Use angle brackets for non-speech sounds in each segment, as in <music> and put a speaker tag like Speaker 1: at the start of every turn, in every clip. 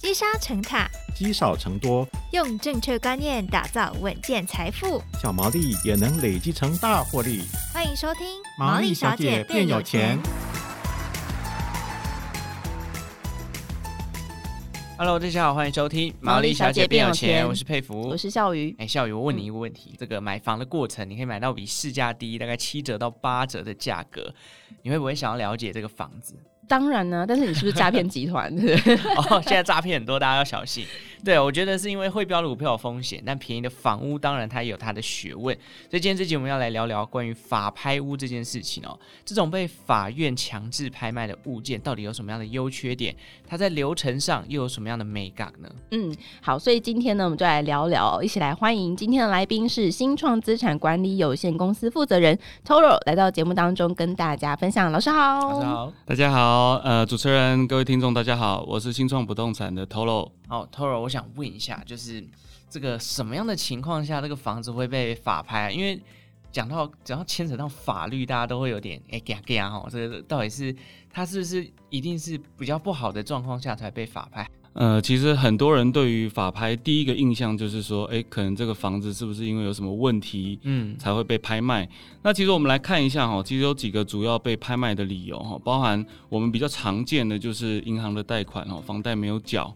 Speaker 1: 积沙成塔，
Speaker 2: 积少成多，
Speaker 1: 用正确观念打造稳健财富。
Speaker 2: 小毛利也能累积成大获利。
Speaker 1: 欢迎收听《
Speaker 2: 毛利小姐变有钱》。
Speaker 3: Hello，大家好，欢迎收听《
Speaker 4: 毛利小姐变有钱
Speaker 3: 我是佩服，
Speaker 4: 我是嗯笑鱼，
Speaker 3: 哎，笑宇，我问你一个问题：这个买房的过程，你可以买到比市价低大概七折到八折的价格，你会不会想要了解这个房子？ <laughs>
Speaker 4: 当然呢、但是你是不是诈骗集团？ <laughs>
Speaker 3: 哦，现在诈骗很多，大家要小心。对，我觉得是因为会标的股票有风险，但便宜的房屋当然它也有它的学问。所以今天这集我们要来聊聊关于法拍屋这件事情哦。这种被法院强制拍卖的物件到底有什么样的优缺点？它在流程上又有什么样的美感呢？
Speaker 4: 嗯，好，所以今天呢，我们就来聊聊，一起来欢迎今天的来宾是新创资产管理有限公司负责人 Toro 来到节目当中跟大家分享。老师好，
Speaker 3: 老师好，
Speaker 5: 大家好，呃，主持人、各位听众，大家好，我是新创不动产的 Tolo。
Speaker 3: 好，Toro，我想问一下，就是这个什么样的情况下这个房子会被法拍？啊因为讲到只要牵扯到法律，大家都会有点哎嘎嘎哦，这个到底是它是不是一定是比较不好的状况下才被法拍？
Speaker 5: 呃，其实很多人对于法拍第一个印象就是说，诶，可能这个房子是不是因为有什么问题
Speaker 3: 嗯，
Speaker 5: 才会被拍卖？那其实我们来看一下哈，其实有几个主要被拍卖的理由哈，包含我们比较常见的就是银行的贷款哈，房贷没有缴。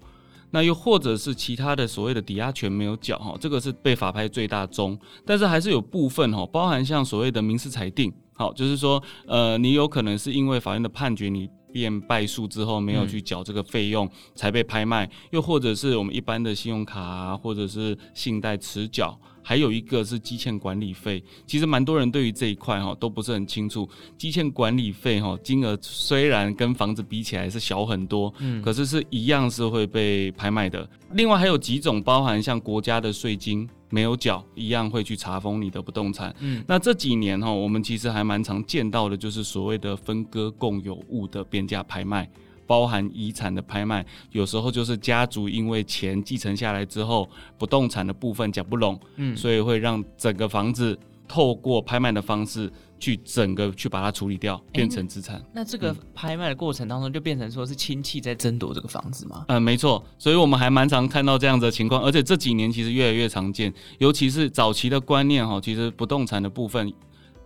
Speaker 5: 那又或者是其他的所谓的抵押权没有缴哈，这个是被法拍最大宗，但是还是有部分哈，包含像所谓的民事裁定，好，就是说呃，你有可能是因为法院的判决你变败诉之后没有去缴这个费用才被拍卖，又或者是我们一般的信用卡、啊、或者是信贷迟缴，还有一个是积欠管理费。其实蛮多人对于这一块哈都不是很清楚，积欠管理费哈金额虽然跟房子比起来是小很多，
Speaker 3: 嗯
Speaker 5: 可是是一样是会被拍卖的。另外还有几种包含像国家的税金没有缴，一样会去查封你的不动产。
Speaker 3: 嗯
Speaker 5: 那这几年哈，我们其实还蛮常见到的，就是所谓的分割共有物的变价拍卖。包含遗产的拍卖，有时候就是家族因为钱继承下来之后，不动产的部分讲不拢，
Speaker 3: 嗯，
Speaker 5: 所以会让整个房子透过拍卖的方式去整个去把它处理掉，变成资产。
Speaker 3: 那这个拍卖的过程当中，就变成说是亲戚在争夺这个房子吗？
Speaker 5: 嗯，没错，所以我们还蛮常看到这样子的情况，而且这几年其实越来越常见，尤其是早期的观念哈，其实不动产的部分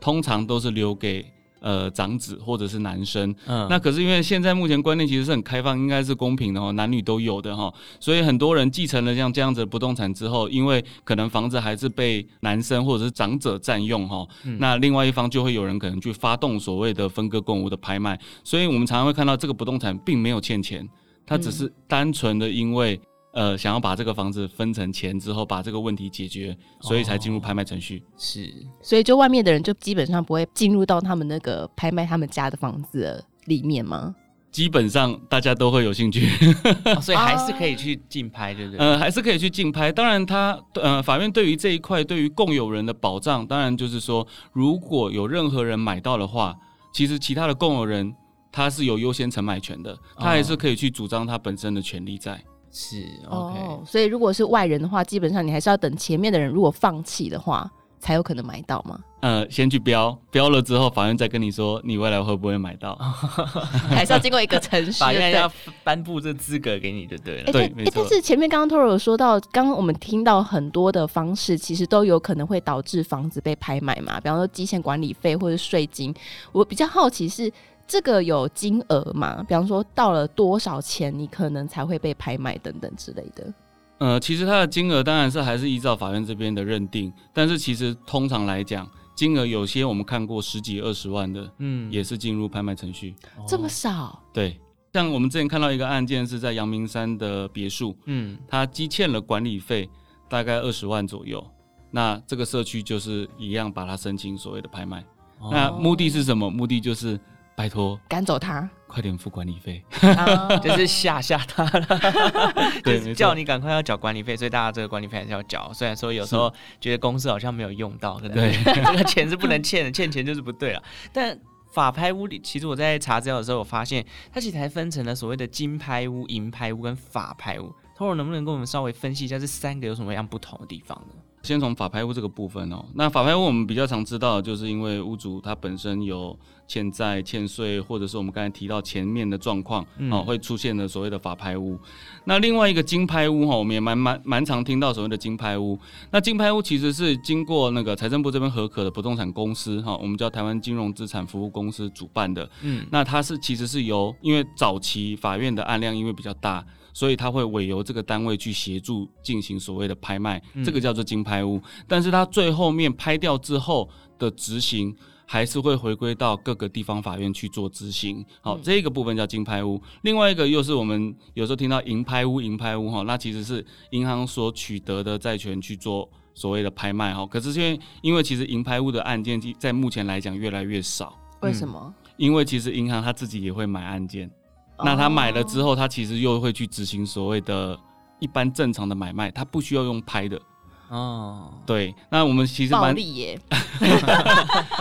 Speaker 5: 通常都是留给呃长子或者是男生，
Speaker 3: 嗯
Speaker 5: 那可是因为现在目前观念其实是很开放，应该是公平的哦，男女都有的哈，所以很多人继承了像这样子的不动产之后，因为可能房子还是被男生或者是长者占用哈，那另外一方就会有人可能去发动所谓的分割共屋的拍卖，所以我们常常会看到这个不动产并没有欠钱，它只是单纯的因为。呃，想要把这个房子分成钱之后，把这个问题解决，所以才进入拍卖程序。
Speaker 3: 是
Speaker 4: 所以就外面的人就基本上不会进入到他们那个拍卖他们家的房子的里面吗？
Speaker 5: 基本上大家都会有兴趣。
Speaker 3: 哦所以还是可以去竞拍，对不对？
Speaker 5: 呃，还是可以去竞拍。当然他，呃，法院对于这一块对于共有人的保障，当然就是说，如果有任何人买到的话，其实其他的共有人他是有优先承买权
Speaker 3: 哦
Speaker 5: 的，他还是可以去主张他本身的权利在。
Speaker 3: 是 OK，、
Speaker 4: 哦所以如果是外人的话，基本上你还是要等前面的人如果放弃的话，才有可能买到
Speaker 3: <laughs>
Speaker 4: 吗？
Speaker 5: 呃，先去标，标了之后，法院再跟你说你未来会不会买到。
Speaker 3: 哦
Speaker 4: 还是要经过一个程序，
Speaker 3: 法院
Speaker 4: 对不对
Speaker 3: 要颁布这资格给你就对了。
Speaker 4: 哎，
Speaker 5: 对
Speaker 4: 但
Speaker 5: 没
Speaker 4: 哎
Speaker 5: 错
Speaker 4: 但是前面刚刚 Toro 有说到，刚刚我们听到很多的方式，其实都有可能会导致房子被拍卖嘛，比方说基线管理费或者税金。我比较好奇是这个有金额嘛？比方说到了多少钱，你可能才会被拍卖等等之类的。
Speaker 5: 呃，其实它的金额当然是还是依照法院这边的认定，但是其实通常来讲，金额有些我们看过十几二十万的，
Speaker 3: 嗯
Speaker 5: 也是进入拍卖程序。
Speaker 4: 这么少，
Speaker 5: 对，像我们之前看到一个案件是在阳明山的别墅，
Speaker 3: 嗯
Speaker 5: 它积欠了管理费大概二十万左右。那这个社区就是一样把它申请所谓的拍卖。
Speaker 3: 哦
Speaker 5: 那目的是什么？目的就是拜托，
Speaker 4: 赶走
Speaker 5: <laughs>
Speaker 4: 他，
Speaker 5: 快点付管理
Speaker 3: <laughs>
Speaker 5: 费。
Speaker 4: 啊
Speaker 3: 就是吓吓他了，就
Speaker 5: 对没
Speaker 3: 是
Speaker 5: 错
Speaker 3: 叫你赶快要缴管理费，所以大家这个管理费还是要缴。虽然说有时候觉得公司好像没有用到，可能
Speaker 5: 对
Speaker 3: <laughs> 这个钱是不能欠的， <laughs> 欠钱就是不对了。但法拍屋里，其实我在查资料的时候，我发现它其实还分成了所谓的金拍屋、银拍屋跟法拍屋。通常能不能跟我们稍微分析一下这三个有什么样不同的地方呢？
Speaker 5: 先从法拍屋这个部分哦，那法拍屋我们比较常知道，就是因为屋主他本身有欠债、欠税，或者是我们刚才提到前面的状况
Speaker 3: 嗯
Speaker 5: 哦，会出现的所谓的法拍屋。那另外一个金拍屋哈、哦，我们也蛮蛮蛮常听到所谓的金拍屋。那金拍屋其实是经过那个财政部这边合可的不动产公司哈、我们叫台湾金融资产服务公司主办的。
Speaker 3: 嗯，
Speaker 5: 那它是其实是由因为早期法院的案量因为比较大，所以它会委由这个单位去协助进行所谓的拍卖，
Speaker 3: 嗯
Speaker 5: 这个叫做竞拍屋。但是它最后面拍掉之后的执行。还是会回归到各个地方法院去做执行，好、
Speaker 4: 嗯
Speaker 5: 这个部分叫竞拍屋。另外一个又是我们有时候听到银拍屋、银拍屋哈、那其实是银行所取得的债权去做所谓的拍卖哈、可是因为因为其实银拍屋的案件在目前来讲越来越少，
Speaker 4: 为什么？哦
Speaker 5: 因为其实银行他自己也会买案件，嗯
Speaker 3: 哦
Speaker 5: 那他买了之
Speaker 4: 后，
Speaker 5: 后，他其实又会去执行所谓的一般正常的买卖，他不需要用拍的。
Speaker 3: 哦，
Speaker 5: 对，那我们其实
Speaker 4: 暴
Speaker 5: 蛮，
Speaker 4: 利
Speaker 5: <laughs>
Speaker 4: 耶，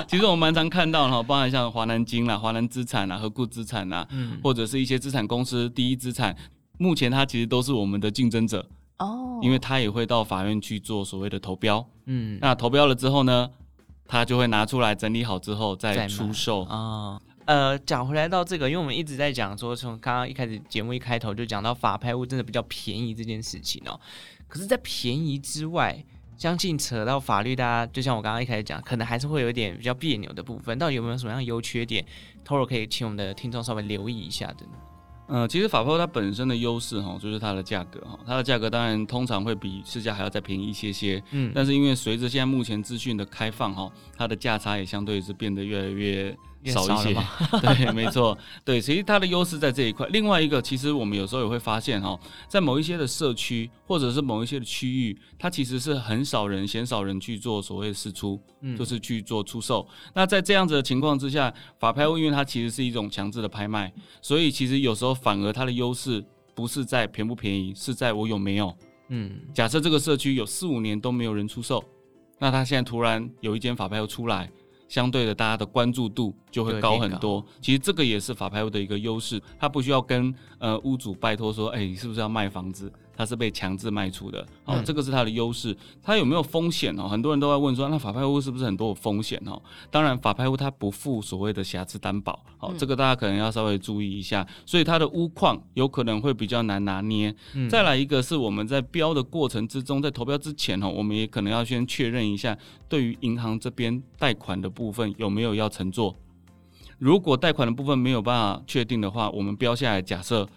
Speaker 5: 其实我们蛮常看到哈，包含像华南金啦、华南资产啊啦、和固资产啦，
Speaker 3: 嗯，
Speaker 5: 或者是一些资产公司、第一资产。目前它其实都是我们的竞争者，
Speaker 4: 哦，
Speaker 5: 因为它也会到法院去做所谓的投标。
Speaker 3: 嗯，
Speaker 5: 那投标了之后呢，他就会拿出来整理好之后
Speaker 3: 再
Speaker 5: 再出
Speaker 3: 买
Speaker 5: 售。
Speaker 3: 啊。呃，讲回来到这个，因为我们一直在讲说，从刚刚一开始节目一开头就讲到法拍屋真的比较便宜这件事情哦。可是，在便宜之外，相信扯到法律，大家就像我刚刚一开始讲，可能还是会有一点比较别扭的部分。到底有没有什么样的优缺点 t o r o 可以请我们的听众稍微留意一下的呢？
Speaker 5: 呃，其实法拍它本身的优势哈，就是它的价格哈，它的价格当然通常会比市价还要再便宜一些些，
Speaker 3: 嗯
Speaker 5: 但是因为随着现在目前资讯的开放哈，它的价差也相对是变得越来越
Speaker 3: 越
Speaker 5: 少一
Speaker 3: 少了
Speaker 5: 些
Speaker 3: 吗。
Speaker 5: <laughs> 对，没错，对，其实它的优势在这一块。另外一个，其实我们有时候也会发现哈，在某一些的社区或者是某一些的区域，它其实是很少人、鲜少人去做所谓的试出，
Speaker 3: 嗯
Speaker 5: 就是去做出售。那在这样子的情况之下，法拍屋因为它其实是一种强制的拍卖，所以其实有时候反而它的优势不是在便不便宜，是在我有没有。
Speaker 3: 嗯
Speaker 5: 假设这个社区有四五年都没有人出售，那他现在突然有一间法拍屋出来，相对的大家的关注度就会高很
Speaker 3: 就会
Speaker 5: 多。其实这个也是法拍屋的一个优势，他不需要跟呃屋主拜托说，哎、你是不是要卖房子？他是被强制卖出的，哦，
Speaker 3: 嗯
Speaker 5: 这个是他的优势。他有没有风险哦？很多人都在问说，那法拍屋是不是很多有风险哦？当然，法拍屋它不负所谓的瑕疵担保，好、
Speaker 4: 嗯
Speaker 5: 这个大家可能要稍微注意一下。所以它的屋况有可能会比较难拿捏，
Speaker 3: 嗯
Speaker 5: 再来一个是我们在标的过程之中，在投标之前哦，我们也可能要先确认一下，对于银行这边贷款的部分有没有要乘坐。如果贷款的部分没有办法确定的话，我们标下来假设，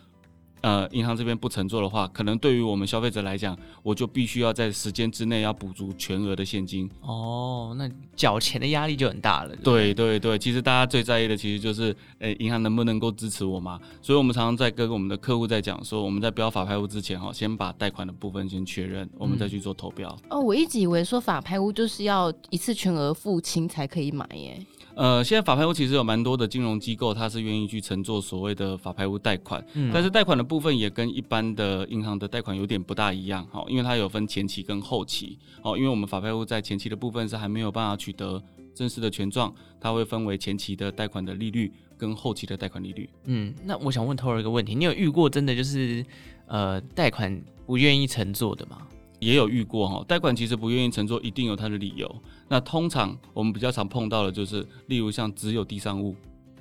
Speaker 5: 呃，银行这边不乘坐的话，可能对于我们消费者来讲，我就必须要在时间之内要补足全额的现金。
Speaker 3: 哦，那缴钱的压力就很大了。不，
Speaker 5: 对对对，其实大家最在意的其实就是，呃，银行能不能够支持我嘛？所以我们常常在跟我们的客户在讲说，我们在标法拍屋之前哈，哦先把贷款的部分先确认，我们再去做投标。
Speaker 4: 哦，我一直以为说法拍屋就是要一次全额付清才可以买耶。
Speaker 5: 呃，现在法拍屋其实有蛮多的金融机构，它是愿意去承做所谓的法拍屋贷款，
Speaker 3: 嗯
Speaker 5: 但是贷款的部分也跟一般的银行的贷款有点不大一样，哈、因为它有分前期跟后期，哦，因为我们法拍屋在前期的部分是还没有办法取得正式的权状，它会分为前期的贷款的利率跟后期的贷款利率。
Speaker 3: 嗯，那我想问 t o r o 一个问题，你有遇过真的就是呃贷款不愿意乘坐的吗？
Speaker 5: 也有遇过哈，贷款其实不愿意乘坐，一定有它的理由。那通常我们比较常碰到的就是，例如像只有地上物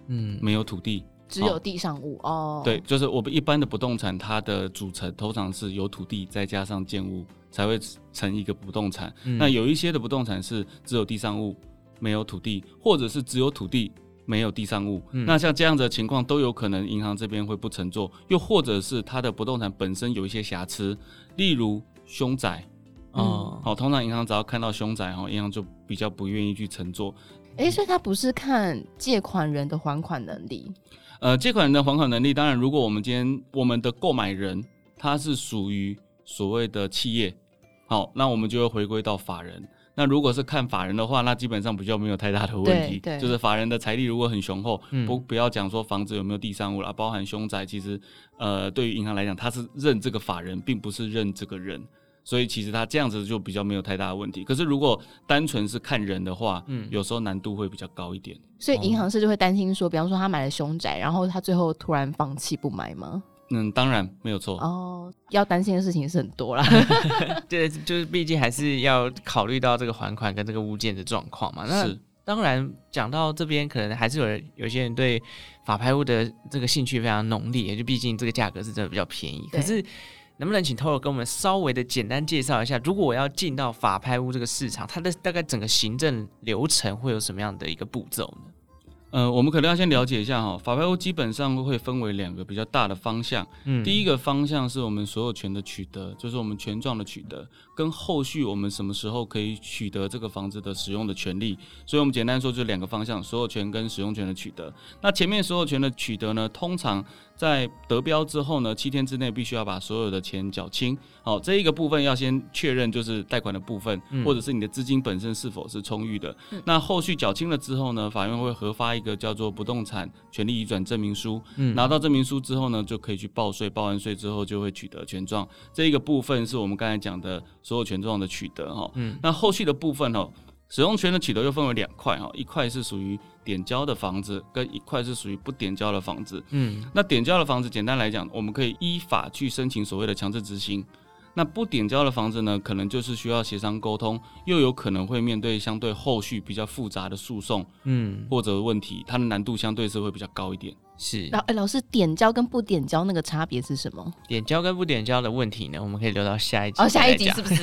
Speaker 3: 嗯，
Speaker 5: 没有土地，
Speaker 4: 只有地上物哦，
Speaker 5: 对，，就是我们一般的不动产，它的组成通常是有土地再加上建物才会成一个不动产。
Speaker 3: 嗯
Speaker 5: 那有一些的不动产是只有地上物没有土地，或者是只有土地没有地上物。
Speaker 3: 嗯
Speaker 5: 那像这样子的情况都有可能银行这边会不承做，又或者是它的不动产本身有一些瑕疵，例如凶宅。
Speaker 3: 哦，
Speaker 5: 好、通常银行只要看到凶宅，哦哈，银行就比较不愿意去承做。
Speaker 4: 哎，所以他不是看借款人的还款能力，
Speaker 5: 呃，借款人的还款能力，当然，如果我们今天我们的购买人他是属于所谓的企业，好，那我们就会回归到法人。那如果是看法人的话，那基本上比较没有太大的问题，
Speaker 4: 对对
Speaker 5: 就是法人的财力如果很雄厚，
Speaker 3: 嗯
Speaker 5: 不不要讲说房子有没有地上物啦，包含凶宅，其实呃，对于银行来讲，他是认这个法人，并不是认这个人，所以其实他这样子就比较没有太大的问题。可是如果单纯是看人的话，
Speaker 3: 嗯
Speaker 5: 有时候难度会比较高一点。
Speaker 4: 所以银行是就会担心说，比方说他买了凶宅，然后他最后突然放弃不买吗？
Speaker 5: 嗯，当然没有错。
Speaker 4: 哦，要担心的事情是很多啦。
Speaker 3: 对，就是毕竟还是要考虑到这个还款跟这个物件的状况嘛。那
Speaker 5: 是
Speaker 3: 当然，讲到这边，可能还是有人有些人对法拍屋的这个兴趣非常浓烈，就毕竟这个价格是真的比较便宜。
Speaker 4: 对
Speaker 3: 可是，能不能请 Toro 跟我们稍微的简单介绍一下，如果我要进到法拍屋这个市场，它的大概整个行政流程会有什么样的一个步骤呢？
Speaker 5: 呃，我们可能要先了解一下哈，法拍屋基本上会分为两个比较大的方向。
Speaker 3: 嗯
Speaker 5: 第
Speaker 3: 一
Speaker 5: 一个方向是我们所有权的取得，就是我们权状的取得，跟后续我们什么时候可以取得这个房子的使用的权利。所以，我们简单说就是两个方向：所有权跟使用权的取得。那前面所有权的取得呢，通常在得标之后呢，七天之内必须要把所有的钱缴清。好，这一个部分要先确认，就是贷款的部分，
Speaker 3: 嗯
Speaker 5: 或者是你的资金本身是否是充裕的。那后续缴清了之后呢，法院会核发一个叫做不动产权利移转证明书。
Speaker 3: 嗯
Speaker 5: 拿到证明书之后呢，就可以去报税，报完税之后就会取得权状。这一个部分是我们刚才讲的所有权状的取得哈。
Speaker 3: 嗯
Speaker 5: 那后续的部分哦，使用权的取得又分为两块哈，一块是属于点交的房子，跟一块是属于不点交的房子。
Speaker 3: 嗯
Speaker 5: 那点交的房子，简单来讲，我们可以依法去申请所谓的强制执行。那不点交的房子呢，可能就是需要协商沟通，又有可能会面对相对后续比较复杂的诉讼
Speaker 3: 嗯，
Speaker 5: 或者问题，它的难度相对是会比较高一点。
Speaker 3: 是
Speaker 4: <laughs> 老、哎老师点交跟不点交那个差别是什么？
Speaker 3: 点交跟不点交的问题呢，我们可以留到下一集
Speaker 4: 哦，下一
Speaker 3: 再
Speaker 4: 集
Speaker 3: 讲
Speaker 4: 是不是？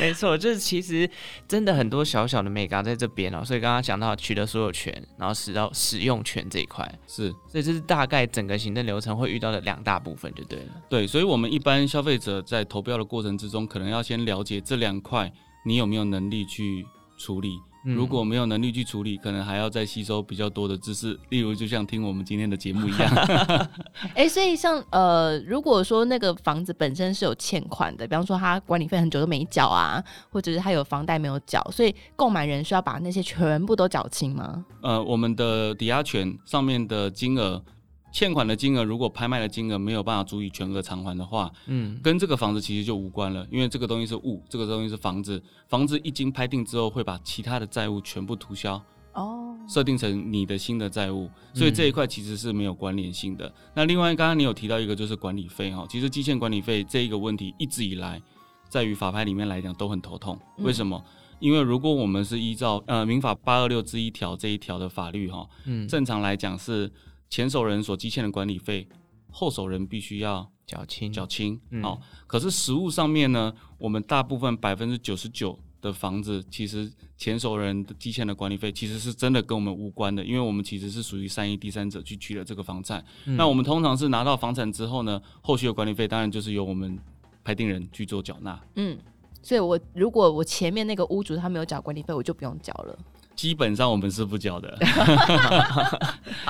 Speaker 3: 没错，就是其实真的很多小小的 mega 在这边哦，所以刚刚讲到取得所有权，然后使到使用权这一块，
Speaker 5: 是，
Speaker 3: 所以这是大概整个行政流程会遇到的两大部分，就对了。
Speaker 5: 对，所以我们一般消费者在投标的过程之中，可能要先了解这两块你有没有能力去处理。
Speaker 3: 嗯
Speaker 5: 如果没有能力去处理，可能还要再吸收比较多的知识，例如就像听我们今天的节目一
Speaker 3: <laughs>
Speaker 5: 样，
Speaker 4: 哎、所以像呃，如果说那个房子本身是有欠款的，比方说他管理费很久都没缴啊，或者是他有房贷没有缴，所以购买人需要把那些全部都缴清吗？
Speaker 5: 呃，我们的抵押权上面的金额。欠款的金额，如果拍卖的金额没有办法足以全额偿还的话，
Speaker 3: 嗯
Speaker 5: 跟这个房子其实就无关了，因为这个东西是物，这个东西是房子，房子一经拍定之后，会把其他的债务全部涂销。
Speaker 4: 哦，
Speaker 5: 设定成你的新的债务，所以这一块其实是没有关联性的。那另外，刚刚你有提到一个就是管理费哈，其实基线管理费这一个问题一直以来在于法拍里面来讲都很头痛，
Speaker 4: 嗯
Speaker 5: 为什么？因为如果我们是依照呃民法八二六之一条这一条的法律哈，
Speaker 3: 嗯，
Speaker 5: 正常来讲是前手人所积欠的管理费，后手人必须要
Speaker 3: 缴清
Speaker 5: 较轻
Speaker 3: 嗯
Speaker 5: 哦。可是实物上面呢，我们大部分百分之九十九的房子，其实前手人的积欠的管理费，其实是真的跟我们无关的，因为我们其实是属于善意第三者去取了这个房产。
Speaker 3: 嗯
Speaker 5: 那我们通常是拿到房产之后呢，后续的管理费当然就是由我们拍定人去做缴纳。
Speaker 4: 嗯，所以我如果我前面那个屋主他没有缴管理费，我就不用缴了。
Speaker 5: 基本上我们是不
Speaker 3: <laughs>
Speaker 5: 缴的，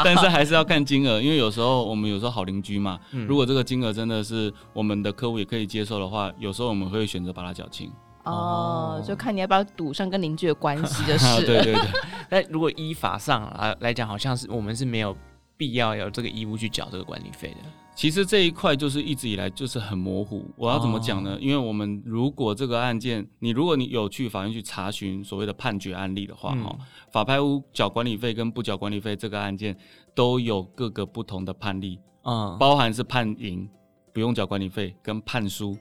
Speaker 5: 但是还是要看金额，因为有时候我们有时候好邻居嘛，
Speaker 3: 嗯
Speaker 5: 如果这个金额真的是我们的客户也可以接受的话，有时候我们会选择把它缴清。
Speaker 4: 哦
Speaker 3: 哦，
Speaker 4: 就看你要不要赌上跟邻居的关系就
Speaker 3: <laughs>
Speaker 5: 啊，
Speaker 4: 是了。
Speaker 5: 对对对，
Speaker 3: 那如果依法上来来讲，好像是我们是没有必要有这个义务去缴这个管理费的。
Speaker 5: 其实这一块就是一直以来就是很模糊。我要怎么讲呢？因为我们如果这个案件，你如果你有去法院去查询所谓的判决案例的话，哈、法拍屋缴管理费跟不缴管理费这个案件都有各个不同的判例，
Speaker 3: 嗯，
Speaker 5: 包含是判赢不用缴管理费跟判输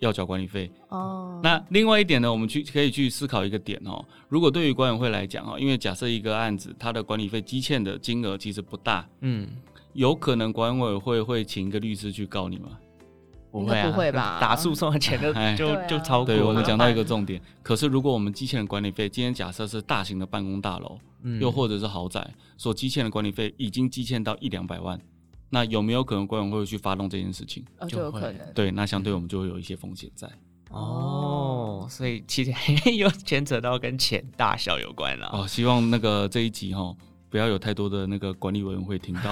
Speaker 5: 要缴管理费。
Speaker 4: 哦，
Speaker 5: 那另外一点呢，我们去可以去思考一个点哦。如果对于管委会来讲哦，因为假设一个案子它的管理费积欠的金额其实不大，
Speaker 3: 嗯，
Speaker 5: 有可能管委会会请一个律师去告你吗？
Speaker 3: 不会、啊、
Speaker 4: 应该不会吧
Speaker 3: 打诉讼的钱都
Speaker 5: <laughs> 哎
Speaker 3: 就、
Speaker 4: 对啊
Speaker 3: 就超过
Speaker 5: 对
Speaker 3: 了。
Speaker 5: 我们讲到一个重点，可是如果我们积欠的管理费，今天假设是大型的办公大楼，
Speaker 3: 嗯，
Speaker 5: 又或者是豪宅，所积欠的管理费已经积欠到一两百万，那有没有可能管委会去发动这件事情？
Speaker 4: 哦
Speaker 3: 就
Speaker 4: 就有
Speaker 3: 会
Speaker 4: 可能。
Speaker 5: 对，那相对我们就会有一些风险在。
Speaker 3: 哦，所以其实 <laughs> 又牵扯到跟钱大小有关了。
Speaker 5: 哦，希望那个这一集哈、不要有太多的那个管理委员会听到。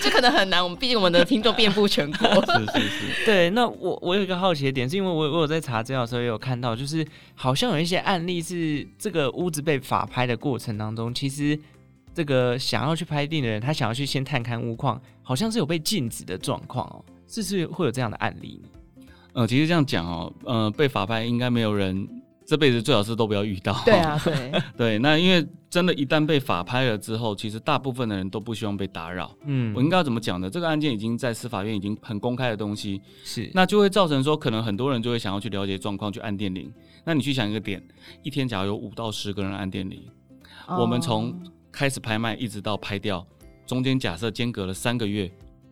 Speaker 4: 这可能很难，我们毕竟我们的听众遍布全国。
Speaker 3: <laughs>
Speaker 5: 是是是，
Speaker 3: 对，那我我有一个好奇的点，是因为我我有在查资料的时候也有看到，就是好像有一些案例是这个屋子被法拍的过程当中，其实这个想要去拍地的人，他想要去先探勘屋况，好像是有被禁止的状况哦，是不是会有这样的案例呢？
Speaker 5: 呃，其实这样讲哦，呃，被法拍应该没有人这辈子最好是都不要遇到。
Speaker 4: 对
Speaker 3: <laughs>
Speaker 4: 啊，对，
Speaker 5: 对，那因为真的，一旦被法拍了之后，其实大部分的人都不希望被打扰。
Speaker 3: 嗯
Speaker 5: 我应该要怎么讲呢？这个案件已经在司法院已经很公开的东西，
Speaker 3: 是
Speaker 5: 那就会造成说，可能很多人就会想要去了解状况，去按电铃。那你去想一个点，一天假如有五到十个人按电铃，我们从
Speaker 3: 哦
Speaker 5: 开始拍卖一直到拍掉，中间假设间隔了三个月，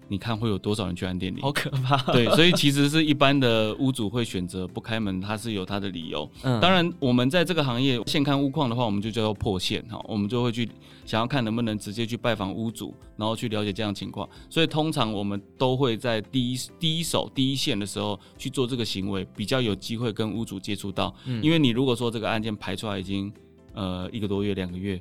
Speaker 5: 你看会有多少人去按电铃
Speaker 3: 好？可怕。
Speaker 5: 对，所以其实是一般的屋主会选择不开门，它是有它的理由。
Speaker 3: 嗯
Speaker 5: 当然，我们在这个行业现看屋况的话，我们就叫做破线哈，我们就会去想要看能不能直接去拜访屋主，然后去了解这样的情况。所以通常我们都会在第一第一手第一线的时候去做这个行为，比较有机会跟屋主接触到。
Speaker 3: 嗯
Speaker 5: 因为你如果说这个案件排出来已经呃一个多月、两个月，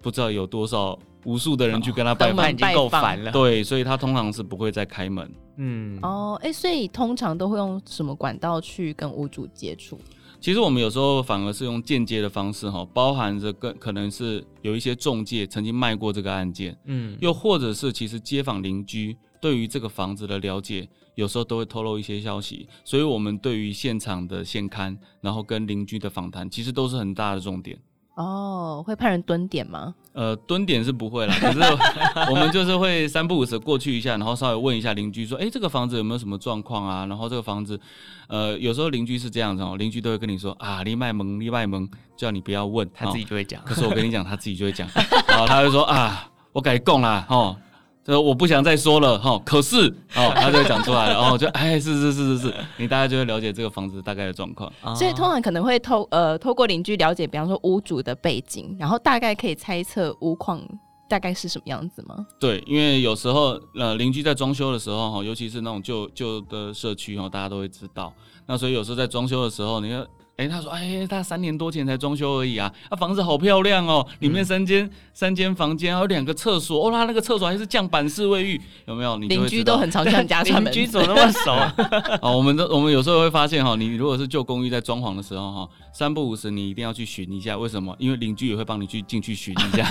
Speaker 5: 不知道有多少无数的人去跟他拜
Speaker 3: 哦拜
Speaker 5: 访，
Speaker 3: 访已经够烦了。，
Speaker 5: 对，所以他通常是不会再开门。
Speaker 3: 嗯，
Speaker 4: 哦，哎、所以通常都会用什么管道去跟屋主接触？
Speaker 5: 其实我们有时候反而是用间接的方式哈，包含着更可能是有一些中介曾经卖过这个案件，
Speaker 3: 嗯，
Speaker 5: 又或者是其实街坊邻居对于这个房子的了解，有时候都会透露一些消息，所以我们对于现场的现刊，然后跟邻居的访谈，其实都是很大的重点。
Speaker 3: 嗯
Speaker 4: 哦，会派人蹲点吗？
Speaker 5: 呃，蹲点是不会啦， <laughs> 可是我们就是会三不五时过去一下，然后稍微问一下邻居说，哎、这个房子有没有什么状况啊？然后这个房子，呃，有时候邻居是这样子哦，邻居都会跟你说啊，你卖萌，你卖萌，叫你不要问，
Speaker 3: <laughs> 他自己
Speaker 5: 哦。
Speaker 3: 就会讲。
Speaker 5: 可是我跟你讲，他自己就会讲， <laughs> 然后他会说啊，我改供啦，哦。这我不想再说了哈、哦，可是哦，他就会讲出来了，哦，就哎，是是是是是，你大概就会了解这个房子大概的状况。
Speaker 3: 哦 <laughs>
Speaker 4: 所以通常可能会透呃透过邻居了解，比方说屋主的背景，然后大概可以猜测屋况大概是什么样子吗？
Speaker 5: 对，因为有时候呃邻居在装修的时候哈，尤其是那种旧旧的社区哈，大家都会知道。那所以有时候在装修的时候，你看，哎、他说，哎、他三年多前才装修而已啊，啊，房子好漂亮哦，里面三间、三间房间，还有两个厕所，哦，他那个厕所还是降板式卫浴，有没有？你就
Speaker 4: 邻
Speaker 5: 会
Speaker 4: 居
Speaker 5: 知道
Speaker 4: 都很常向家串
Speaker 3: 邻
Speaker 4: 门，
Speaker 3: 居怎
Speaker 4: <laughs>
Speaker 3: 么那么熟啊？
Speaker 5: <laughs> 哦，我们都我们有时候会发现哈、你如果是旧公寓在装潢的时候哈、三不五时你一定要去巡一下，为什么？因为邻居也会帮你去进去巡一下。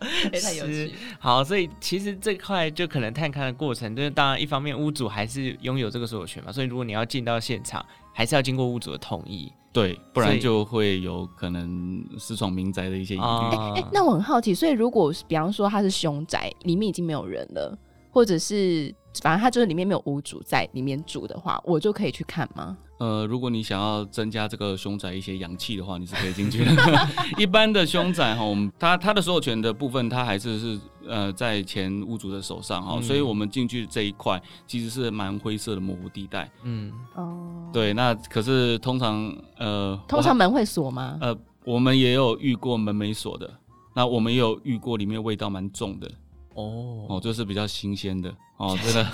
Speaker 4: 哎太有
Speaker 3: 是
Speaker 4: 趣
Speaker 3: 好，所以其实这块就可能探勘的过程，就是当然一方面屋主还是拥有这个所有权嘛，所以如果你要进到现场，还是要经过屋主的同意
Speaker 5: 对，不
Speaker 3: 所
Speaker 5: 然
Speaker 3: 以
Speaker 5: 就会有可能私闯民宅的一些疑虑。
Speaker 3: 啊
Speaker 4: 哎、 <laughs> 那我很好奇，所以如果是比方说它是凶宅，里面已经没有人了，或者是反正它就是里面没有屋主在里面住的话，我就可以去看吗？
Speaker 5: 呃，如果你想要增加这个凶宅一些阳气的话，你是可以进去的。 <laughs> 一般的凶宅哈，我们它它的所有权的部分，它还是是呃在前屋主的手上哈，
Speaker 3: 嗯
Speaker 5: 所以我们进去这一块其实是蛮灰色的模糊地带。
Speaker 3: 嗯，
Speaker 4: 哦，
Speaker 5: 对，那可是通常呃，
Speaker 4: 通常门会锁吗？
Speaker 5: 呃，我们也有遇过门没锁的，那我们也有遇过里面味道蛮重的，
Speaker 3: 哦
Speaker 5: 哦，就是比较新鲜的哦，真的。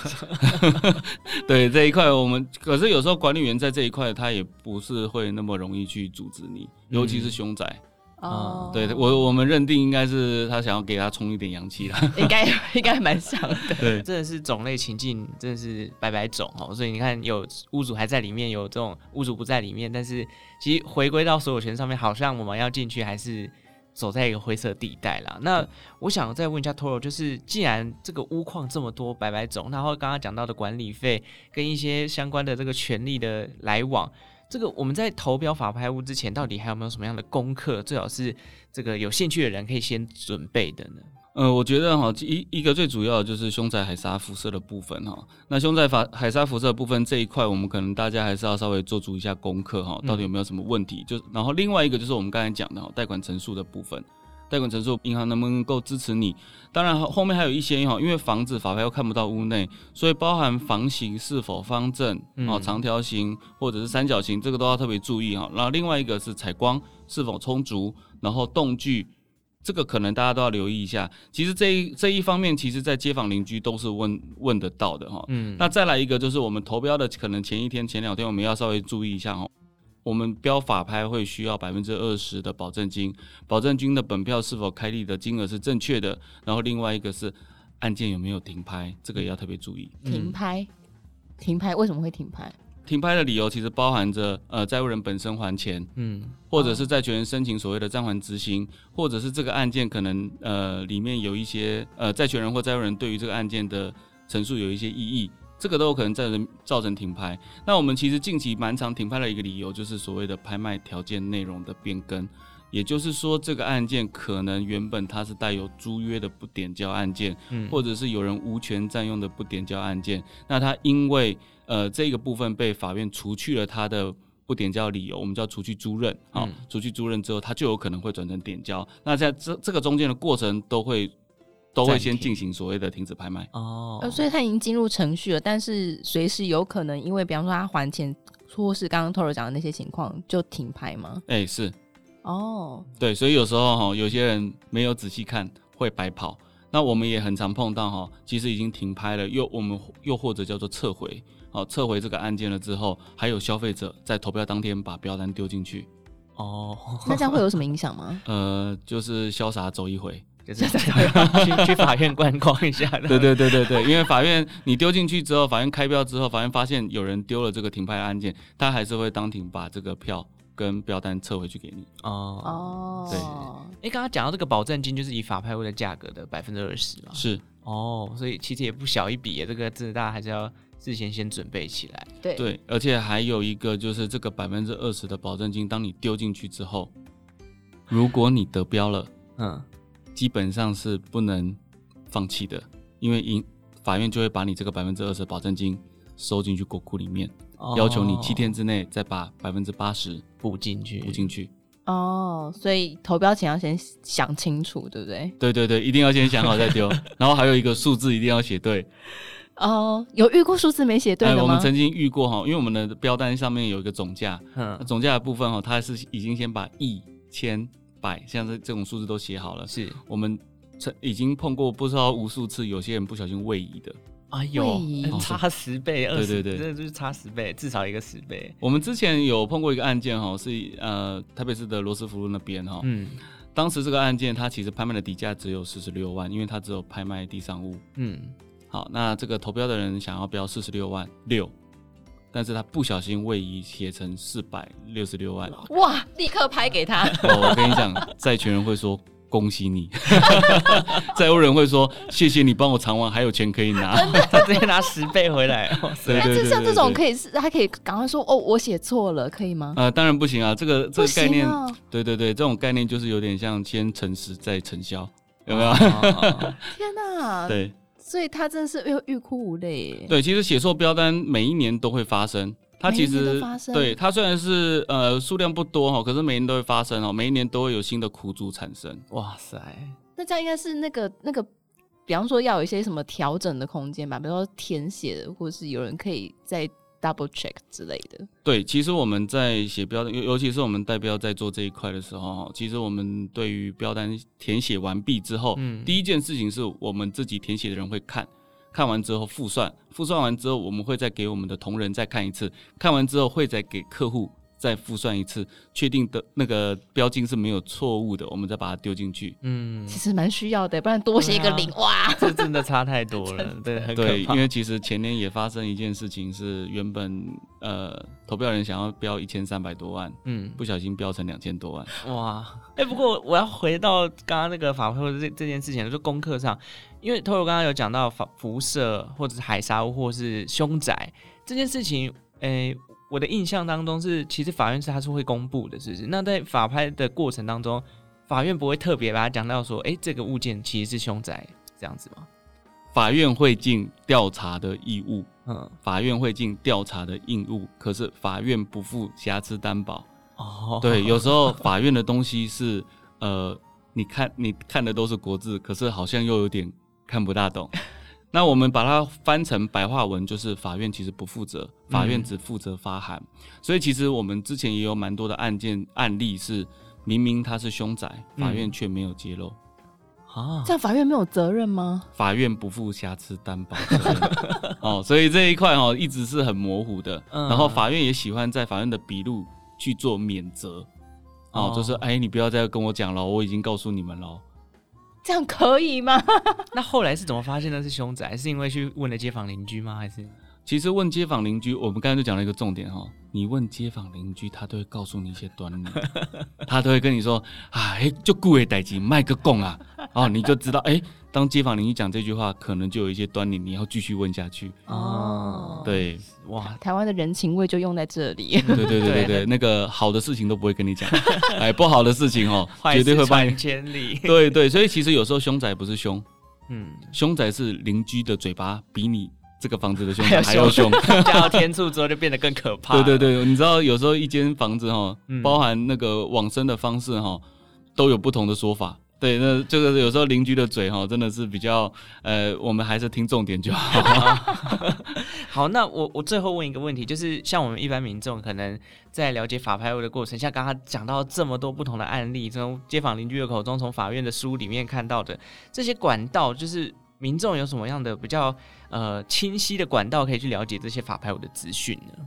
Speaker 5: <laughs> 对这一块，我们可是有时候管理员在这一块，他也不是会那么容易去阻止你，尤其是凶宅。
Speaker 4: 哦，
Speaker 5: 嗯对我，我们认定应该是他想要给他充一点阳气啦。
Speaker 4: <laughs>
Speaker 5: <laughs>
Speaker 4: 应该 <laughs> 应该蛮像的。
Speaker 5: 对，
Speaker 3: 真的是种类情境真的是百百种哦，所以你看有屋主还在里面，有这种屋主不在里面，但是其实回归到所有权上面，好像我们要进去还是走在一个灰色地带啦。那我想再问一下 Toro，就是既然这个屋况这么多百百种，然后刚刚讲到的管理费跟一些相关的这个权利的来往。这个我们在投标法拍屋之前，到底还有没有什么样的功课？最好是这个有兴趣的人可以先准备的呢？
Speaker 5: 呃，我觉得哈，一一个最主要的就是凶宅海沙辐射的部分哈。那凶宅法海沙辐射的部分这一块，我们可能大家还是要稍微做足一下功课哈，到底有没有什么问题？就然后另外一个就是我们刚才讲的哈，贷款陈述的部分。贷款陈述，银行能不能够支持你？当然，后面还有一些哈，因为房子法拍又看不到屋内，所以包含房型是否方正哦，
Speaker 3: 嗯
Speaker 5: 长条形或者是三角形，这个都要特别注意哈。然后另外一个是采光是否充足，然后动距这个可能大家都要留意一下。其实这一这一方面，其实在街坊邻居都是问问得到的哈。
Speaker 3: 嗯
Speaker 5: 那再来一个就是我们投标的，可能前一天、前两天我们要稍微注意一下哦。我们标法拍会需要百分之二十的保证金，保证金的本票是否开立的金额是正确的，然后另外一个是案件有没有停拍，这个也要特别注意。
Speaker 4: 停拍，停拍为什么会停拍？
Speaker 5: 停拍的理由其实包含着呃债务人本身还钱，
Speaker 3: 嗯
Speaker 5: 或者是债权人申请所谓的暂缓执行，或者是这个案件可能呃里面有一些呃债权人或债务人对于这个案件的陈述有一些异议，这个都有可能造成造成停拍。那我们其实近期蛮常停拍的一个理由，就是所谓的拍卖条件内容的变更，也就是说，这个案件可能原本它是带有租约的不点交案件，
Speaker 3: 嗯
Speaker 5: 或者是有人无权占用的不点交案件，那它因为呃这个部分被法院除去了它的。不点交理由，我们叫除去租赁，好、
Speaker 3: 嗯
Speaker 5: 除去租赁之后，它就有可能会转成点交。那在这这个中间的过程，都会都会先
Speaker 3: 暂停
Speaker 5: 进行所谓的停止拍卖。
Speaker 3: 哦
Speaker 4: 呃，所以他已经进入程序了，但是随时有可能因为，比方说他还钱，或是刚刚 Toro 讲的那些情况，就停牌吗？
Speaker 5: 哎、是 <laughs>
Speaker 4: 哦，
Speaker 5: 对，所以有时候哈，有些人没有仔细看会白跑。那我们也很常碰到哈，其实已经停拍了，又我们又或者叫做撤回，哦，撤回这个案件了之后，还有消费者在投标当天把标单丢进去，？
Speaker 3: 哦，
Speaker 4: 那这样会有什么影响吗
Speaker 5: 呃，就是潇洒走一回。
Speaker 3: 就是 <laughs> 去去法院观光一
Speaker 5: <laughs>
Speaker 3: 下的，
Speaker 5: 对对对对对，因为法院你丢进去之后，法院开标之后，法院发现有人丢了这个停拍案件，他还是会当庭把这个票跟标单撤回去给你。
Speaker 3: 哦。
Speaker 4: 哦，
Speaker 5: 对
Speaker 3: 哎，刚刚讲到这个保证金，就是以法拍屋的价格的百分之二十嘛。
Speaker 5: 是。
Speaker 3: 哦，所以其实也不小一笔耶，这个字大家还是要事先先准备起来。
Speaker 4: 对
Speaker 5: 对，而且还有一个就是这个百分之二十的保证金，当你丢进去之后，如果你得标了，
Speaker 3: 嗯，
Speaker 5: 基本上是不能放弃的，因为银法院就会把你这个百分之二十保证金收进去国库里面，
Speaker 3: 哦
Speaker 4: 哦
Speaker 5: 要求你七天之内再把百分之八十
Speaker 3: 补进去，
Speaker 5: 补进去。
Speaker 4: 哦，所以投标前要先想清楚，对不对？
Speaker 5: 对对对，一定要先想好再丢，然后还有一个数字一定要写对。
Speaker 4: 哦，有遇过数字没写对
Speaker 5: 哎，
Speaker 4: 的
Speaker 5: 我们
Speaker 4: 吗？
Speaker 5: 曾经遇过哈，因为我们的标单上面有一个总价，那
Speaker 3: 嗯，
Speaker 5: 总价的部分哈、哦，它是已经先把亿、千、百，像这这种数字都写好了。
Speaker 3: 是，
Speaker 5: 我们曾已经碰过不知道无数次，有些人不小心位移的。
Speaker 3: 哎
Speaker 4: 位
Speaker 3: 呦
Speaker 4: 移，
Speaker 3: 哎差十倍，二
Speaker 5: 哦对
Speaker 3: 十，
Speaker 5: 对对
Speaker 3: 这就是差十倍，至少一个十倍。
Speaker 5: 我们之前有碰过一个案件哈、哦，是呃台北市的罗斯福路那边哈、哦，
Speaker 3: 嗯
Speaker 5: 当时这个案件它其实拍卖的底价只有四十六万，因为它只有拍卖地上物。
Speaker 3: 嗯，
Speaker 5: 好，那这个投标的人想要标四十六万六，但是他不小心位移写成四百六十六万。
Speaker 4: 哇，立刻拍给他。
Speaker 5: 哦，我跟
Speaker 4: <laughs>
Speaker 5: 你讲，债权人会说恭喜你， <laughs> 债务人会说谢谢你帮我偿还，还有钱可以拿。
Speaker 3: 他 <laughs> 直接拿十倍回来，哇塞
Speaker 5: <laughs> 对
Speaker 4: 但
Speaker 5: 对
Speaker 4: 是
Speaker 5: 对
Speaker 4: 哎像这种
Speaker 5: 以。
Speaker 4: 可以是，他可以赶快说哦，我写错了，可以吗？
Speaker 5: 呃，当然不行啊，这个这
Speaker 4: 不
Speaker 5: 个概
Speaker 4: 行
Speaker 5: 念，
Speaker 4: 哦，
Speaker 5: 对对对，这种概念就是有点像先诚实再承销， <laughs> 有没有？
Speaker 3: 哦
Speaker 4: 天哪！
Speaker 5: <laughs> 对
Speaker 4: 所以他真的是又欲哭无泪耶。
Speaker 5: 对，其实写错标单每一年都会发生，它其
Speaker 4: 每一年
Speaker 5: 实
Speaker 4: 都发生
Speaker 5: 对它虽然是呃数量不多哈，可是每年都会发生哦，每一年都会有新的苦主产生。
Speaker 3: 哇塞，
Speaker 4: 那这样应该是那个那个，比方说要有一些什么调整的空间吧，比如说填写的，或是有人可以再 double check 之类的。
Speaker 5: 对，其实我们在写标单，尤尤其是我们代标在做这一块的时候哈，其实我们对于标单填写完毕之后，
Speaker 3: 嗯
Speaker 5: 第一件事情是我们自己填写的人会看，看完之后复算，复算完之后我们会再给我们的同仁再看一次，看完之后会再给客户再复算一次，确定的那个标金是没有错误的，我们再把它丢进去。
Speaker 3: 嗯，
Speaker 4: 其实蛮需要的，不然多写一
Speaker 5: 啊
Speaker 4: 个零、哇！
Speaker 3: <laughs> 这真的差太多了，对，很可
Speaker 5: 对，
Speaker 3: 怕
Speaker 5: 因。为其实前年也发生一件事情，是原本呃投标人想要标一千三百多万，
Speaker 3: 嗯，
Speaker 5: 不小心标成两千多万。
Speaker 3: 哇，哎、不过我要回到刚刚那个法会或者这这件事情，就是功课上，因为 Toro 刚刚有讲到法辐射或者是海沙屋或是凶宅这件事情，哎、我的印象当中是，其实法院是它是会公布的，是不是？那在法拍的过程当中，法院不会特别把它讲到说，哎、这个物件其实是凶宅这样子吗？
Speaker 5: 法院会尽调查的义务，
Speaker 3: 嗯，
Speaker 5: 法院会尽调查的义务，可是法院不负瑕疵担保。
Speaker 3: 哦，
Speaker 5: 对，有时候法院的东西是，呃，你看你看的都是国字，可是好像又有点看不大懂。那我们把它翻成白话文，就是法院其实不负责，法院只负责发函。所以其实我们之前也有蛮多的案件案例是，明明他是凶宅，法院却没有揭露，
Speaker 3: 啊
Speaker 4: 这，样法院没有责任吗？
Speaker 5: 法院不负瑕疵担保 <laughs> 责任。哦，所以这一块哦一直是很模糊的。
Speaker 3: 嗯
Speaker 5: 然后法院也喜欢在法院的笔录去做免责，哦
Speaker 3: 哦，
Speaker 5: 就是哎，你不要再跟我讲了，我已经告诉你们了。
Speaker 4: 这样可以吗？
Speaker 3: 那后来是怎么发现那是凶宅？是因为去问了街坊邻居吗？还是
Speaker 5: 其实问街坊邻居，我们刚才就讲了一个重点哈、哦，你问街坊邻居，他都会告诉你一些端
Speaker 3: <laughs>
Speaker 5: 倪，他都会跟你说啊，哎，就故为代金卖个供啊，哦，你就知道哎，当街坊邻居讲这句话，可能就有一些端倪，你要继续问下去。
Speaker 4: 哦，
Speaker 5: 对，
Speaker 3: 哇，
Speaker 4: 台湾的人情味就用在这里。 <laughs>
Speaker 5: 嗯对对对对
Speaker 3: 对
Speaker 5: 对对，那个好的事情都不会跟你讲， <laughs> 哎，不好的事情哦，
Speaker 3: 坏
Speaker 5: 绝对
Speaker 3: 事
Speaker 5: 会把你
Speaker 3: 传。千里。
Speaker 5: <laughs> 对对，所以其实有时候凶宅不是凶，
Speaker 3: 嗯，
Speaker 5: 凶宅是邻居的嘴巴比你这个房子的凶
Speaker 3: 还要
Speaker 5: 宅还要 <laughs> 凶。
Speaker 3: 加到天柱之后就变得更可 <laughs> 怕。
Speaker 5: 对对，对，你知道有时候一间房子哈
Speaker 3: 嗯，
Speaker 5: 包含那个往生的方式哈，都有不同的说法。对，那这个有时候邻居的嘴哈，真的是比较呃，我们还是听重点就好。
Speaker 3: 好，那我我最后问一个问题，就是像我们一般民众可能在了解法拍屋的过程，像刚刚讲到这么多不同的案例，从街坊邻居的口中，从法院的书里面看到的这些管道，就是民众有什么样的比较呃清晰的管道可以去了解这些法拍屋的资讯呢？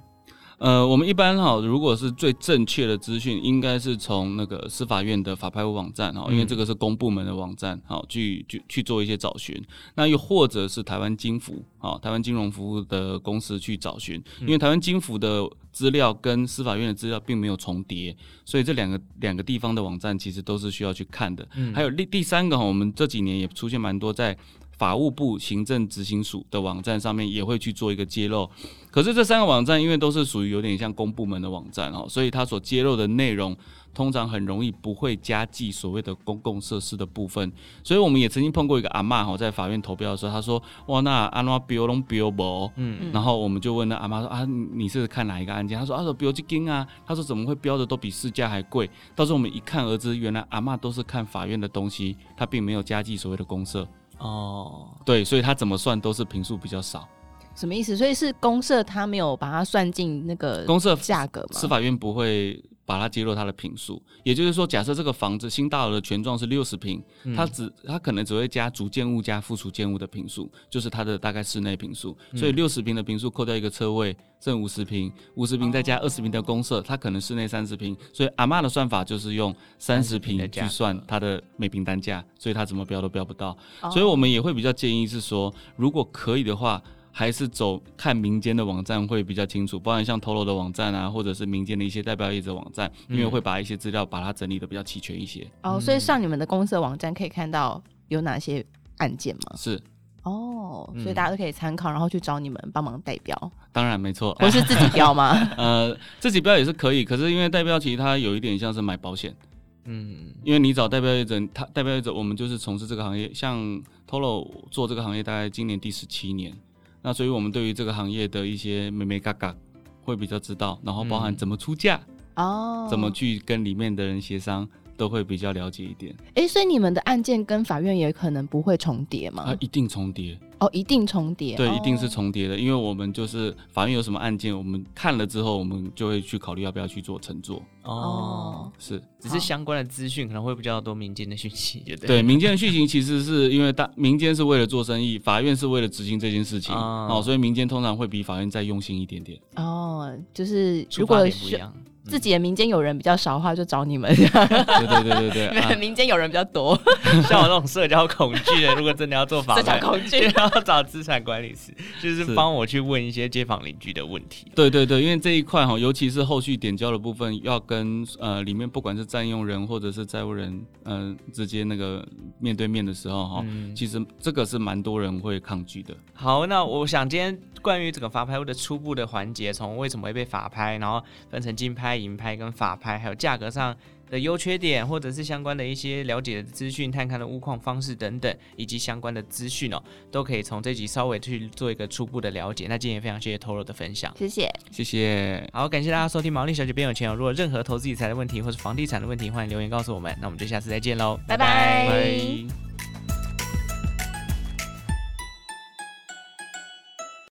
Speaker 5: 呃，我们一般哈，如果是最正确的资讯，应该是从那个司法院的法拍屋网站哈，因为
Speaker 3: 嗯
Speaker 5: 这个是公部门的网站，好去去去做一些找寻。那又或者是台湾金服啊，台湾金融服务的公司去找寻，因为台湾金服的资料跟司法院的资料并没有重叠，所以这两个两个地方的网站其实都是需要去看的。还有第第三个哈，我们这几年也出现蛮多在。法务部行政执行署的网站上面也会去做一个揭露，可是这三个网站因为都是属于有点像公部门的网站哦，所以它所揭露的内容通常很容易不会加计所谓的公共设施的部分。所以我们也曾经碰过一个阿嬷哈，哦在法院投标的时候，她说：“哇，那安怎标拢标无？”嗯，然后我们就问那阿妈说：“啊，你你是看哪一个案件？”她说：“啊，说标这间啊。”她说：“怎么会标的都比市价还贵？”到时候我们一看而知，原来阿嬷都是看法院的东西，她并没有加计所谓的公社。
Speaker 3: 哦，
Speaker 5: 对，所以她怎么算都是平数比较少。
Speaker 4: 什么意思？所以是公社他没有把它算进那个
Speaker 5: 公社
Speaker 4: 价格
Speaker 5: 司
Speaker 4: 嘛？
Speaker 5: 法院不会把它揭露它的平数，也就是说，假设这个房子新大楼的全幢是六十平，
Speaker 3: 嗯
Speaker 5: 它只它可能只会加主建物加附属建物的平数，就是它的大概室内平数。
Speaker 3: 嗯
Speaker 5: 所以六十平的平数扣掉一个车位，剩五十平，五十平再加二十平的公社，它可能室内三十平。所以阿嬷的算法就是用三十
Speaker 3: 平的
Speaker 5: 平
Speaker 3: 价
Speaker 5: 去算它的每平单价，所以它怎么标都标不到。
Speaker 4: 哦
Speaker 5: 所以我们也会比较建议是说，如果可以的话，还是走看民间的网站会比较清楚，包含像投楼的网站啊，或者是民间的一些代表业者网站，因为会把一些资料把它整理的比较齐全一些。
Speaker 4: 哦，所以上你们的公社网站可以看到有哪些案件吗？
Speaker 5: 是，
Speaker 4: 哦，
Speaker 3: 嗯
Speaker 4: 所以大家都可以参考，然后去找你们帮忙代标，
Speaker 5: <laughs> 当然没错。
Speaker 4: 或是自己标吗？
Speaker 5: <laughs> 呃，这几标也是可以，可是因为代标其实它有一点像是买保险，
Speaker 3: 嗯，
Speaker 5: 因为你找代表业者，他代表业者我们就是从事这个行业，像 Tolo 做这个行业大概今年第十七年，那所以我们对于这个行业的一些美美嘎嘎会比较知道，然后包含
Speaker 3: 嗯
Speaker 5: 怎么出价。
Speaker 4: 哦，
Speaker 5: 怎么？去跟里面的人协商，都会比较了解一点。
Speaker 4: 哎、所以你们的案件跟法院也可能不会重叠吗？
Speaker 5: 啊，一定重叠，
Speaker 4: 哦，一定重叠。
Speaker 5: 对，
Speaker 4: 哦
Speaker 5: 一定是。重叠的，因为我们就是法院有什么案件，我们看了之后，我们就会去考虑要不要去做乘坐。
Speaker 3: 哦，
Speaker 4: 哦，
Speaker 5: 是
Speaker 3: 只是相关的资讯可能会比较多民间的讯息， <laughs> 对不
Speaker 5: 对民间的剧情，其实是因为大民间是为了做生意，法院是为了执行这件事情，
Speaker 3: 啊
Speaker 5: 哦，所以民间通常会比法院再用心一点点。
Speaker 4: 哦，就是
Speaker 3: 出
Speaker 4: 如
Speaker 3: 发
Speaker 4: 果
Speaker 3: 点不一
Speaker 4: 是
Speaker 3: 样。
Speaker 4: 自己的民间友人比较少的话，就找你
Speaker 5: <laughs>
Speaker 4: 们； <laughs>
Speaker 5: 对对对对对，啊
Speaker 4: 民间友人比较多，
Speaker 3: <laughs> 像我这种社交恐惧的，如果真的要做 <laughs> 法
Speaker 4: 这
Speaker 3: 拍
Speaker 4: 叫，恐惧
Speaker 3: 就。要找资产管理师，就是
Speaker 5: 是
Speaker 3: 帮我去问一些街坊邻居的问题。
Speaker 5: 对对对，因为这一块哈，尤其是后续点交的部分，要跟呃里面不管是占用人或者是债务人，呃直接那个面对面的时候哈，其实这个是蛮多人会抗拒的。
Speaker 3: 好，那我想今天关于整个法拍屋的初步的环节，从为什么会被法拍，然后分成竞拍、银拍跟法拍，还有价格上的优缺点，或者是相关的一些了解的资讯、探勘的屋况方式等等，以及相关的资讯哦，都可以从这集稍微去做一个初步的了解。那今天也非常谢谢 Toro 的分享。
Speaker 4: 谢谢，
Speaker 5: 谢谢，
Speaker 3: 好，感谢大家收听《毛利小姐变有钱》哦。如果有任何投资理财的问题或是房地产的问题，欢迎留言告诉我们。那我们就下次再见喽，
Speaker 4: 拜拜
Speaker 5: 拜。